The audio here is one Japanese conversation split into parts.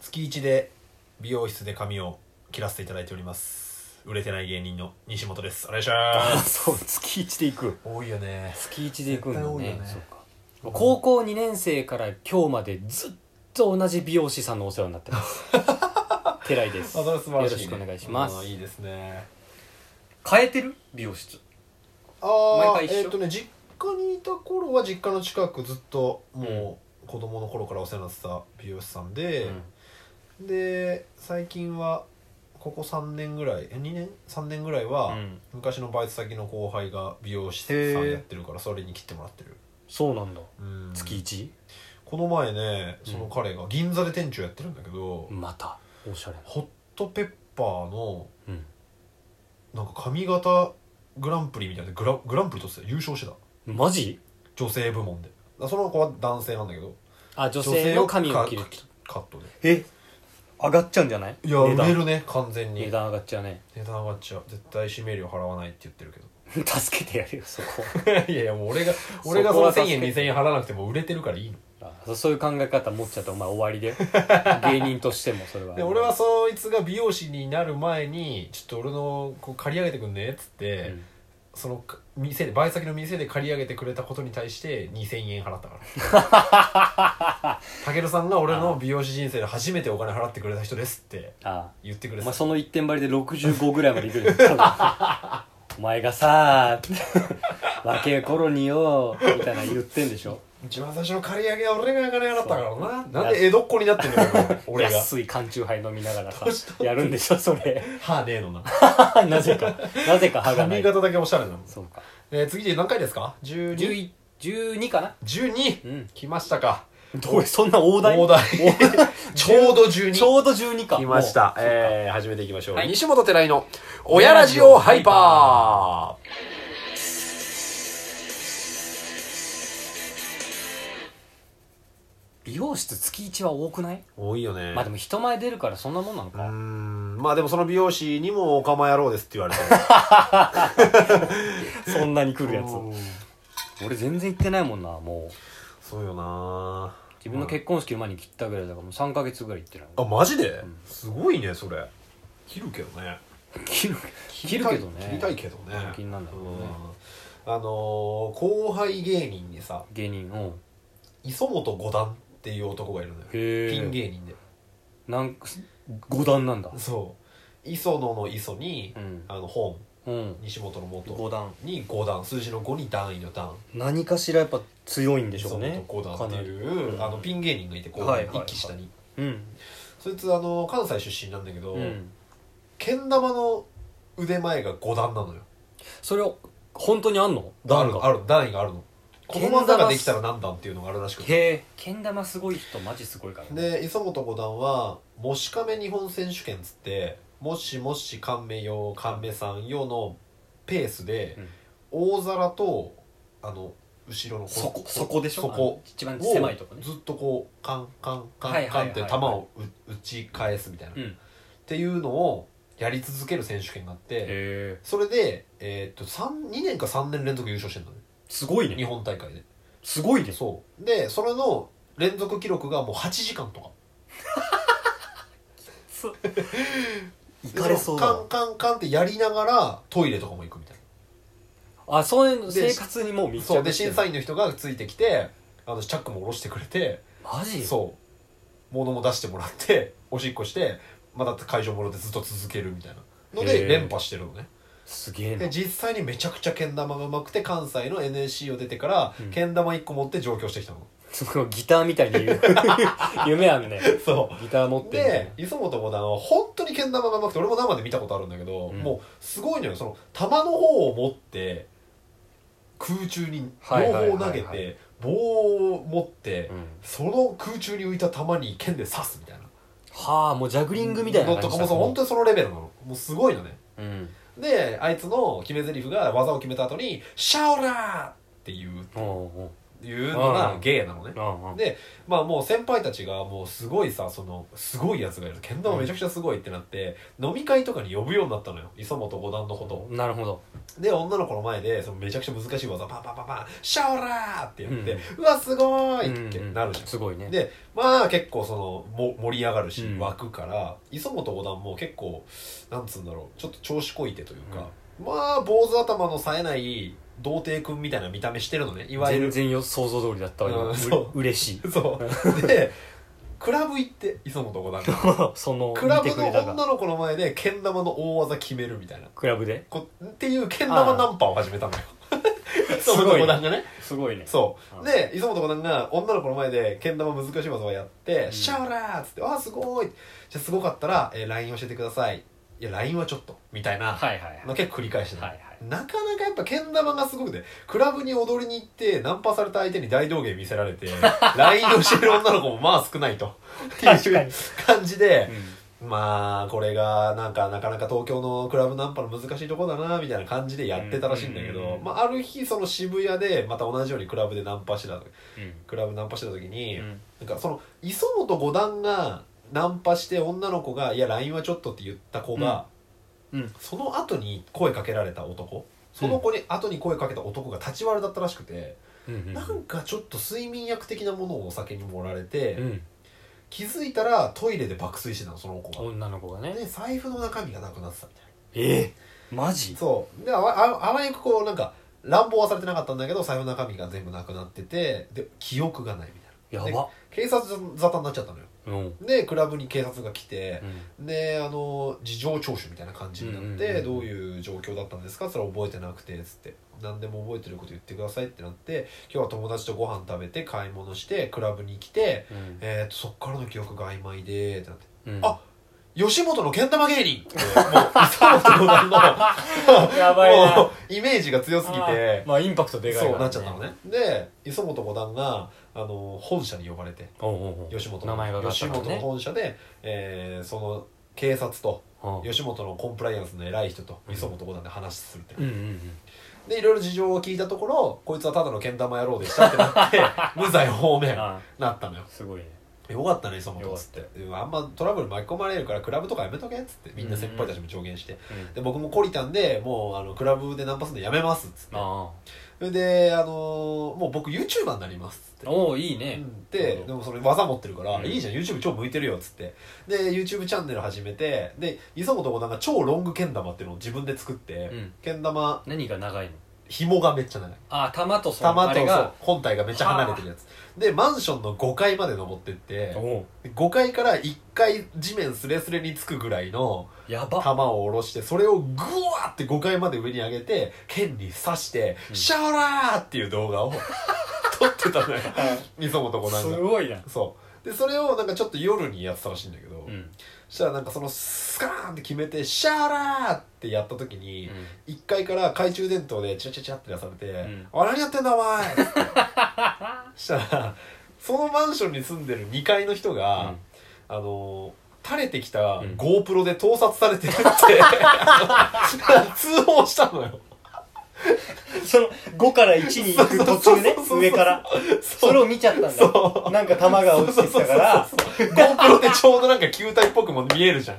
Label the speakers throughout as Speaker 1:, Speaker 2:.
Speaker 1: 月1で美容室で髪を切らせていただいております売れてない芸人の西本ですお願いしま
Speaker 2: あ
Speaker 1: す
Speaker 2: そう月1で行く
Speaker 1: 多いよね
Speaker 2: 月1で行くんだ
Speaker 1: 絶対多いよ
Speaker 2: ね
Speaker 1: ね
Speaker 2: そうか高校2年生から今日までずっと同じ美容師さんのお世話になってます 寺井です
Speaker 1: あそれは素晴らしい、ね、
Speaker 2: よろしくお願いします
Speaker 1: あいいですね
Speaker 2: 変えてる美容室
Speaker 1: ああ
Speaker 2: 毎回一緒
Speaker 1: えっ、とね実家にいた頃は実家の近くずっともう子供の頃からお世話になってた美容師さんで、で最近はここ3年ぐらいえ2年3年ぐらいは、
Speaker 2: うん
Speaker 1: 昔のバイト先の後輩が美容師さ
Speaker 2: へ
Speaker 1: ん
Speaker 2: ー
Speaker 1: やってるからそれに切ってもらってる、
Speaker 2: そうなんだ
Speaker 1: うん
Speaker 2: 月 1?
Speaker 1: この前ねその
Speaker 2: うん
Speaker 1: 彼が銀座で店長やってるんだけど、
Speaker 2: またおしゃれな
Speaker 1: ホットペッパーの
Speaker 2: うん
Speaker 1: なんか髪型グランプリみたいなグラグランプリ取ってたよ優勝してた
Speaker 2: マジ
Speaker 1: 女性部門でだその子は男性なんだけど
Speaker 2: あ女性の髪を切る
Speaker 1: 女性をカカットで
Speaker 2: え上がっちゃうんじゃない
Speaker 1: いや
Speaker 2: 値
Speaker 1: 売
Speaker 2: 段
Speaker 1: れるね完全に
Speaker 2: 値
Speaker 1: 値段
Speaker 2: 段上がっちゃうね
Speaker 1: 上がっちゃう絶対指名料払わないって言ってるけど
Speaker 2: 助けてやるよそこ
Speaker 1: いやいやもう俺が
Speaker 2: そこ は
Speaker 1: 俺がその1000円
Speaker 2: 助け
Speaker 1: 2000
Speaker 2: て
Speaker 1: 円払わなくても売れてるからいいの
Speaker 2: あそそういう考え方持っちゃったらお前終わ りで芸人としてもそれは
Speaker 1: で俺はそいつが美容師になる前にちょっと俺のこう借り上げてくんねっつって、
Speaker 2: うん
Speaker 1: そのか店でバイト先の店で借り上げてくれたことに対して2000円払ったから たけるさんが俺の美容師人生で初めてお金払ってくれた人ですって
Speaker 2: あ
Speaker 1: 言ってく
Speaker 2: あ
Speaker 1: れ
Speaker 2: お
Speaker 1: てた
Speaker 2: 前その一点張りで65ぐらいまでいくよ多分 お前がさあ 若え頃によみたいな言ってんでしょ
Speaker 1: 一番最初の借り上げは俺がお金払ったからななんで江戸っ子になってん だよ俺が
Speaker 2: 安い缶チューハイ飲みながらさやるんでしょそれ
Speaker 1: 歯ねえのな
Speaker 2: なぜかなぜか歯がな
Speaker 1: 髪
Speaker 2: い
Speaker 1: 型だけおしゃれなの、
Speaker 2: そうか
Speaker 1: えー、次で何回ですか 12?12
Speaker 2: 11 12かなうん
Speaker 1: 来ましたか
Speaker 2: どうそんな大台
Speaker 1: 大台 ちょうど
Speaker 2: ちょ
Speaker 1: 12
Speaker 2: うど12か
Speaker 1: 来ました
Speaker 2: もう
Speaker 1: えー、始めていきましょう、
Speaker 2: はい
Speaker 1: 西本寺井の「親ラジオハイパー」
Speaker 2: 美容室月1は多くない
Speaker 1: 多いよね
Speaker 2: まあでも人前出るからそんなもんなの
Speaker 1: うー
Speaker 2: か
Speaker 1: んまあでもその美容師にも「お釜野郎です」って言わ れて
Speaker 2: そんなに来るや
Speaker 1: うん
Speaker 2: つ俺全然行ってないもんなもう
Speaker 1: そうよな
Speaker 2: 自分の結婚式の前に切ったぐらいだからもう3ヶ月ぐらい行ってない
Speaker 1: あマジで、すごいねそれ切るけどね
Speaker 2: 切る切るけどね
Speaker 1: 切りたいけどね
Speaker 2: 気になるんだろうね
Speaker 1: うんあのー後輩芸人にさ
Speaker 2: 芸人うん
Speaker 1: 磯本五段っていう男がいるのよ
Speaker 2: へえ
Speaker 1: ピン芸人で
Speaker 2: なん五段なんだ
Speaker 1: そう磯野の磯に、
Speaker 2: うん
Speaker 1: あの本
Speaker 2: うん
Speaker 1: 西本の元
Speaker 2: 五段
Speaker 1: に五段数字の5に段位の段
Speaker 2: 何かしらやっぱ強いんでしょ
Speaker 1: 磯
Speaker 2: う
Speaker 1: 本
Speaker 2: ね
Speaker 1: 五段って
Speaker 2: かなり
Speaker 1: いう、
Speaker 2: うん
Speaker 1: あのピン芸人がいてこう、
Speaker 2: はいはいはい
Speaker 1: 一気下に
Speaker 2: うん
Speaker 1: そいつあの関西出身なんだけど、
Speaker 2: うん
Speaker 1: けん玉の腕前が5段なのよ
Speaker 2: それを本当にあんの
Speaker 1: あ
Speaker 2: 段
Speaker 1: る
Speaker 2: が
Speaker 1: ある段位があるのこ
Speaker 2: け
Speaker 1: の
Speaker 2: ん玉
Speaker 1: 技ができたら何段っていうのがあるらしくて
Speaker 2: へえけん玉すごい人マジすごいからね
Speaker 1: で磯本五段は「もし亀日本選手権」っつって「もしもし亀よ亀さんよ」のペースで、
Speaker 2: うん
Speaker 1: 大皿とあの後ろの
Speaker 2: そこ
Speaker 1: の
Speaker 2: そこでしょ
Speaker 1: そこ
Speaker 2: あの一番
Speaker 1: を
Speaker 2: 狭いとこね
Speaker 1: ずっとこうカンカンカ
Speaker 2: は
Speaker 1: ン
Speaker 2: い
Speaker 1: カ
Speaker 2: はい
Speaker 1: ン
Speaker 2: は
Speaker 1: っ
Speaker 2: い
Speaker 1: て
Speaker 2: はい
Speaker 1: 球をう打ち返すみたいな、
Speaker 2: うん
Speaker 1: っ
Speaker 2: へ
Speaker 1: ていうのをやり続ける選手権があって、
Speaker 2: え
Speaker 1: それで、えーっと3 2年か3年連続優勝してるのね
Speaker 2: すごい
Speaker 1: 日
Speaker 2: ね
Speaker 1: 本大会です
Speaker 2: ごいね
Speaker 1: そうでそれの連続記録がもう8時間とか
Speaker 2: い
Speaker 1: でカンカンカンってやりながらトイレとかも行くみたい
Speaker 2: あそういうの
Speaker 1: で
Speaker 2: 生活にもう
Speaker 1: な
Speaker 2: 密
Speaker 1: そう
Speaker 2: 着
Speaker 1: で
Speaker 2: して
Speaker 1: 審
Speaker 2: る
Speaker 1: 査員の人がついてきてあのチャックも下ろしてくれて
Speaker 2: マジ
Speaker 1: そう物も出してもらっておしっこしてまた会場もろってずっと続けるみたいなの
Speaker 2: へ
Speaker 1: で
Speaker 2: ー
Speaker 1: 連覇してるのね
Speaker 2: すげえな
Speaker 1: で実際にめちゃくちゃけん玉がうまくて関西の NSC を出てから
Speaker 2: うん
Speaker 1: けん玉1個持って上京してきたの、
Speaker 2: すごいギターみたいに 言う夢あんね
Speaker 1: そう
Speaker 2: ギター持ってみたい
Speaker 1: で磯本五段は本当にけん玉がうまくて俺も生で見たことあるんだけど、
Speaker 2: うん
Speaker 1: もうすごいのよその玉の方を持って空中に
Speaker 2: はい
Speaker 1: 両
Speaker 2: はいはいはい
Speaker 1: 方投げて棒を持って、
Speaker 2: な、うん、
Speaker 1: その空中に浮いた玉に剣で刺すみたいな
Speaker 2: はあもうジャグリングみたいな
Speaker 1: の
Speaker 2: 感
Speaker 1: とか
Speaker 2: じ
Speaker 1: もそう本当にそのレベルなのもうすごいのね
Speaker 2: うん
Speaker 1: であいつの決め台詞が技を決めた後に「シャオラー!」って言う
Speaker 2: おうおう
Speaker 1: いうのが
Speaker 2: うん
Speaker 1: 芸なのね
Speaker 2: うんうん
Speaker 1: でまあもう先輩たちがもうすごいさそのすごいやつがいるけん玉めちゃくちゃすごいってなって、飲み会とかに呼ぶようになったのよ磯本五段のことを
Speaker 2: なるほど
Speaker 1: で女の子の前でそのめちゃくちゃ難しい技パンパンパンパン「シャオラー!」ってやって「うわすごーい!」ってなるじゃん、
Speaker 2: すごいね
Speaker 1: でまあ結構そのも盛り上がるし、
Speaker 2: うん
Speaker 1: 湧くから磯本五段も結構なんつうんだろうちょっと調子こいてというか、まあ坊主頭の冴えない童貞君みたいな見た目してるのねいわゆ
Speaker 2: 全
Speaker 1: る
Speaker 2: 然よ想像通りだったわ
Speaker 1: う
Speaker 2: よ
Speaker 1: んそう
Speaker 2: 嬉しい
Speaker 1: そうでクラブ行って磯本五段が
Speaker 2: その
Speaker 1: クラブ
Speaker 2: 見てく
Speaker 1: の
Speaker 2: れたが
Speaker 1: 女の子の前でけん玉の大技決めるみたいな
Speaker 2: クラブで
Speaker 1: こっていうけん玉ナンパを始めたのよ磯
Speaker 2: すごいね
Speaker 1: 本五段がね
Speaker 2: すごいね
Speaker 1: そうう。
Speaker 2: ん
Speaker 1: で、磯本五段が女の子の前で、けん玉難しい技をやって、
Speaker 2: うん
Speaker 1: シャオラーっつって、わあ、すごいじゃあすごかったら、えー LINE 教えてください。いや、LINE はちょっと。みたいな
Speaker 2: はいはいはい
Speaker 1: の結構繰り返してた
Speaker 2: はいはい
Speaker 1: なかなかやっぱけん玉がすごくて、クラブに踊りに行って、ナンパされた相手に大道芸見せられて、LINE 教える女の子もまあ少ないと。って
Speaker 2: 確
Speaker 1: い
Speaker 2: かに
Speaker 1: う感じで、
Speaker 2: う
Speaker 1: まあ、これが、なんか、なかなか東京のクラブナンパの難しいとこだな、みたいな感じでやってたらしいんだけ
Speaker 2: うんうん
Speaker 1: ど
Speaker 2: う、ん
Speaker 1: まあ、ある日、その渋谷で、また同じようにクラブでナンパしてた時、
Speaker 2: ん
Speaker 1: クラブナンパしてた時に、
Speaker 2: うん
Speaker 1: なんか、その、磯本五段がナンパして、女の子が、いや、LINE はちょっとって言った子が、
Speaker 2: うんうん
Speaker 1: その後に声かけられた男、その子に、後に声かけた男が立ち悪だったらしくて、
Speaker 2: うんうん
Speaker 1: なんかちょっと睡眠薬的なものをお酒に盛られて、
Speaker 2: うん
Speaker 1: 気づいたらトイレで爆睡してたの、その子が。
Speaker 2: 女の子がね
Speaker 1: で財布の中身がなくなってたみたい
Speaker 2: えーマジ
Speaker 1: なそうであわああわゆくこうなんか乱暴はされてなかったんだけど財布の中身が全部なくなっててで記憶がないみたいな
Speaker 2: やば
Speaker 1: 警察沙汰になっちゃったのよ
Speaker 2: うんうん
Speaker 1: でクラブに警察が来て、であの事情聴取みたいな感じになって、
Speaker 2: うんうんうん
Speaker 1: どういう状況だったんですかそれは覚えてなくてつって何でも覚えてること言ってくださいってなって今日は友達とご飯食べて買い物してクラブに来て、
Speaker 2: うん
Speaker 1: えー、とそっからの記憶が曖昧でってなって
Speaker 2: うん
Speaker 1: あ吉本のけん玉芸人ってもう磯本五段の
Speaker 2: やばいな
Speaker 1: もうイメージが強すぎて
Speaker 2: あーまあインパクトでかい
Speaker 1: そう
Speaker 2: から
Speaker 1: なっちゃったのねで磯本五段があの本社に呼ばれて
Speaker 2: おうおうおう
Speaker 1: 吉本の
Speaker 2: 名前が上がった
Speaker 1: 吉
Speaker 2: から
Speaker 1: 本の
Speaker 2: ね
Speaker 1: 本社で、えーその警察と
Speaker 2: うん
Speaker 1: 吉本のコンプライアンスの偉い人と
Speaker 2: うん
Speaker 1: 磯本五段で話するって、
Speaker 2: うんうん
Speaker 1: でいろいろ事情を聞いたところこいつはただのけん玉野郎でしたってなって 無罪方
Speaker 2: う
Speaker 1: 面
Speaker 2: んあ
Speaker 1: なったのよ
Speaker 2: ーすごいね
Speaker 1: よかったね磯本
Speaker 2: よ
Speaker 1: っ
Speaker 2: かっ
Speaker 1: つってうんあんまトラブル巻き込まれるからクラブとかやめとけっつってみんな先輩たちも上限して、
Speaker 2: うん
Speaker 1: で僕も懲りたんでもうあのクラブでナンパするのやめますっつって
Speaker 2: あ
Speaker 1: それで、あのーもう僕 YouTuber になりますっつって。
Speaker 2: ーおおいい
Speaker 1: うん
Speaker 2: ね
Speaker 1: ででもそれ技持ってるから、
Speaker 2: うん
Speaker 1: いいじゃん YouTube 超向いてるよっつってで YouTube チャンネル始めてで磯本もなんか超ロングけん玉っていうのを自分で作って、
Speaker 2: うん
Speaker 1: けん玉
Speaker 2: 何が長いの
Speaker 1: 紐がめっちゃ長い
Speaker 2: あー玉とその
Speaker 1: 玉
Speaker 2: あ
Speaker 1: と
Speaker 2: れ
Speaker 1: そう
Speaker 2: が
Speaker 1: 本体がめっちゃ離れてるやつでマンションの5階まで登ってって
Speaker 2: おう
Speaker 1: 5階から1階地面スレスレにつくぐらいの
Speaker 2: やば
Speaker 1: 玉を下ろしてそれをグワーって5階まで上に上げて剣に刺して「
Speaker 2: うん
Speaker 1: シャオラー!」っていう動 画を撮ってたのよ磯本子なん
Speaker 2: す
Speaker 1: か
Speaker 2: ごいな
Speaker 1: そうでそれをなんかちょっと夜にやってたらしいんだけど、
Speaker 2: うん
Speaker 1: そしたらなんかそのスカーンって決めて「シャオラー!」ってやった時に、1階から懐中電灯でチャチャチャって出されて
Speaker 2: ん
Speaker 1: 「あ何やってんだお前!」 ってそしたらそのマンションに住んでる2階の人が、
Speaker 2: うん
Speaker 1: あの垂れてきた
Speaker 2: うん
Speaker 1: GoPro で盗撮されてるって、 あの通報したのよ
Speaker 2: その5から1に行く途
Speaker 1: そ
Speaker 2: 中ね
Speaker 1: うそうそうそう
Speaker 2: 上から
Speaker 1: そう
Speaker 2: それを見ちゃったん
Speaker 1: そ
Speaker 2: だなんか玉が落ちてきたから
Speaker 1: そうそうそう GoPro ってちょうどなんか球体っぽくも見えるじゃん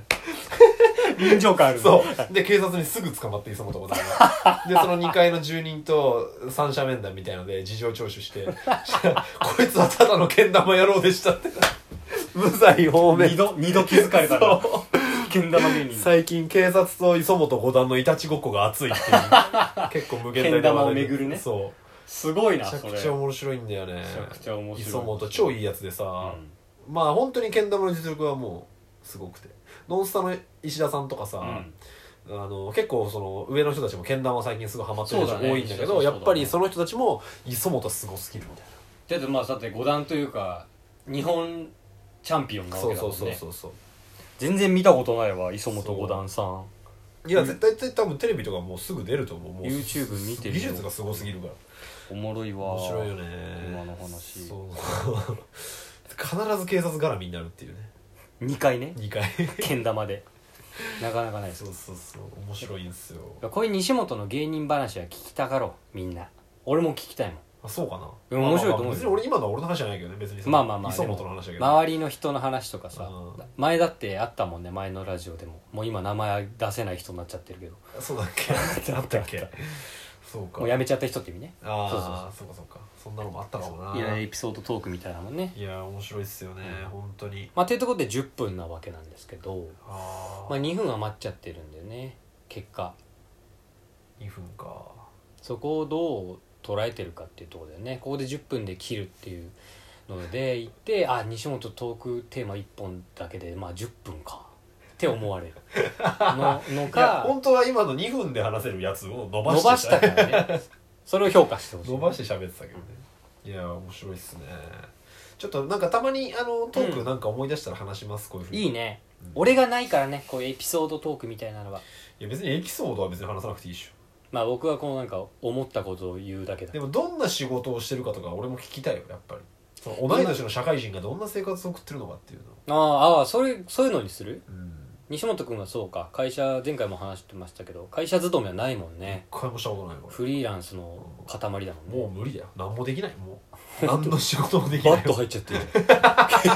Speaker 2: 臨場感ある
Speaker 1: そうで警察にすぐ捕まって磯本五段がでその2階の住人と三者面談みたいので事情聴取して したらこいつはただのけん玉野郎でしたって無罪方面
Speaker 2: 二度二度気づかれたなけん玉芸人
Speaker 1: 最近警察と磯本五段のいたちごっこが熱い っていう結構無限大
Speaker 2: けん玉を巡るね
Speaker 1: そう
Speaker 2: すごい
Speaker 1: め
Speaker 2: な
Speaker 1: ちゃ
Speaker 2: それ
Speaker 1: くちゃ面白いんだよねめ
Speaker 2: ちゃくちゃ面白い
Speaker 1: 磯本超いいやつでさ、まあ本当にけん玉の実力はもうすごくてノンスタの石田さんとかさ、
Speaker 2: うん
Speaker 1: あの結構その上の人たちもけん玉最近すごいハマってる人
Speaker 2: そうだね
Speaker 1: 多いんだけ
Speaker 2: 石田さん
Speaker 1: ど
Speaker 2: そうだ
Speaker 1: や
Speaker 2: ね
Speaker 1: っぱりその人たちも磯本すごすぎるみたい
Speaker 2: だってまあだって五段というか日本チャンピオン
Speaker 1: な
Speaker 2: なわ
Speaker 1: そ
Speaker 2: け
Speaker 1: う
Speaker 2: だ
Speaker 1: そ
Speaker 2: も
Speaker 1: うんそう
Speaker 2: ね
Speaker 1: そうそう
Speaker 2: 全然見たことないわ磯本五段さん
Speaker 1: いや絶対多分テレビとかもうすぐ出ると思うもう
Speaker 2: YouTube 見てみ
Speaker 1: 技
Speaker 2: よう
Speaker 1: 術がすごすぎるから
Speaker 2: おもろいわ
Speaker 1: 面白いよね
Speaker 2: 今の話
Speaker 1: そう必ず警察絡みになるっていうね
Speaker 2: 2 回ね
Speaker 1: 2回
Speaker 2: けん玉でなかなかないです
Speaker 1: そうそうそう面白いんすよ
Speaker 2: こういう西本の芸人話は聞きたかろうみんな俺も聞きたいもん
Speaker 1: あそうかな、
Speaker 2: うん
Speaker 1: まあまあまあ
Speaker 2: 面白いと思うよ
Speaker 1: 別に俺今のは俺の話じゃないけどね別にその
Speaker 2: まあまあまあ
Speaker 1: 磯本の話だけど、
Speaker 2: 周りの人の話とかさ
Speaker 1: うん
Speaker 2: 前だってあったもんね前のラジオでももう今名前出せない人になっちゃってるけど
Speaker 1: そうだっけあったっ
Speaker 2: あっ
Speaker 1: けそうか
Speaker 2: もうやめちゃった人って意味ね
Speaker 1: ああそうかそうかそんなのもあったかもないい
Speaker 2: や
Speaker 1: や
Speaker 2: エピソードトークみたいなもんね
Speaker 1: 面白いっすよね、
Speaker 2: うん
Speaker 1: 本当に
Speaker 2: まあというところで10分なわけなんですけど、
Speaker 1: あ、
Speaker 2: まあ、2分余っちゃってるんだよね結果
Speaker 1: 2分か
Speaker 2: そこをどう捉えてるかっていうところだよねここで10分で切るっていうので行ってあ西本トークテーマ1本だけでまあ10分かって思われるのの
Speaker 1: いや
Speaker 2: か
Speaker 1: 本当は今の2分で話せるやつを伸ば
Speaker 2: 伸
Speaker 1: して
Speaker 2: ばしたからねそれを評価してほしい
Speaker 1: 伸ばして喋ってたけどねいや面白いっすねちょっとなんかたまにあのトー
Speaker 2: う
Speaker 1: ク
Speaker 2: ん
Speaker 1: なんか思い出したら話します、こういうふうに
Speaker 2: いいね
Speaker 1: うん
Speaker 2: 俺がないからねこういうエピソードトークみたいなのはい
Speaker 1: や別にエピソードは別に話さなくていいっしょ
Speaker 2: まあ僕はこのなんか思ったことを言うだけだ
Speaker 1: でもどんな仕事をしてるかとか俺も聞きたいよやっぱりその同い年の社会人がどんな生活を送ってるのかっていうの
Speaker 2: ああああそれそういうのにする
Speaker 1: うん
Speaker 2: 西本君はそうか会社前回も話してましたけど会社勤めはないもんね、
Speaker 1: 一回もしたことないこ
Speaker 2: フリーランスの塊だもんね
Speaker 1: れもう無理だよ何もできないも う何の仕事もできない
Speaker 2: バット入っちゃってる
Speaker 1: バ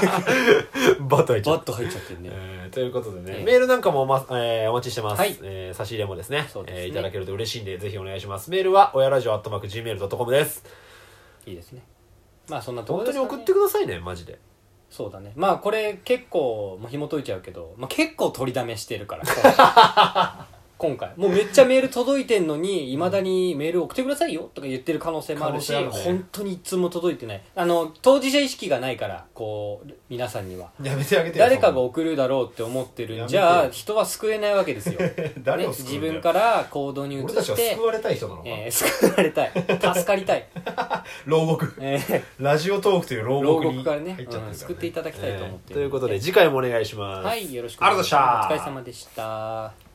Speaker 1: ット入っちゃ
Speaker 2: バ
Speaker 1: う
Speaker 2: ット入っちゃってるね
Speaker 1: えーということでね、
Speaker 2: ええ
Speaker 1: メールなんかもお,、まえーお待ちしてます、
Speaker 2: はい
Speaker 1: えー差し入れもですね
Speaker 2: そうですね
Speaker 1: えーいただけると嬉しいんでぜひお願いしますメールは親ラジオアットマーク Gmail.com です
Speaker 2: いいですねまあそんなとこ
Speaker 1: 本当
Speaker 2: ろで
Speaker 1: に
Speaker 2: すかね
Speaker 1: 送ってくださいねマジで
Speaker 2: そうだねまあこれ結構もう紐解いちゃうけど、まあ、結構取りだめしてるから 今回もうめっちゃメール届いてんのにいまだにメール送ってくださいよとか言ってる可能性もあるし
Speaker 1: 可能性あるね
Speaker 2: 本当にいつも届いてないあの当事者意識がないからこう皆さんには
Speaker 1: やめてあげてよ
Speaker 2: 誰かが送るだろうって思ってるんじ
Speaker 1: やめ
Speaker 2: ゃ
Speaker 1: てよ
Speaker 2: 人は救えないわけですよ、
Speaker 1: そんな
Speaker 2: ね
Speaker 1: 誰を救
Speaker 2: 自
Speaker 1: うんだよ
Speaker 2: 分から行動に移
Speaker 1: 俺たち
Speaker 2: し
Speaker 1: は
Speaker 2: て
Speaker 1: 救われたい人なのか、
Speaker 2: えー救われたい助かりたい、
Speaker 1: 牢獄
Speaker 2: えー
Speaker 1: ラジオトークという牢
Speaker 2: 牢
Speaker 1: 獄に
Speaker 2: 獄から
Speaker 1: 入
Speaker 2: ね
Speaker 1: っちゃってるから
Speaker 2: うん救っていただきたいと思ってる
Speaker 1: えーということで次回もお願いします
Speaker 2: はいよろしく
Speaker 1: ありがとうございました
Speaker 2: お疲れ様でした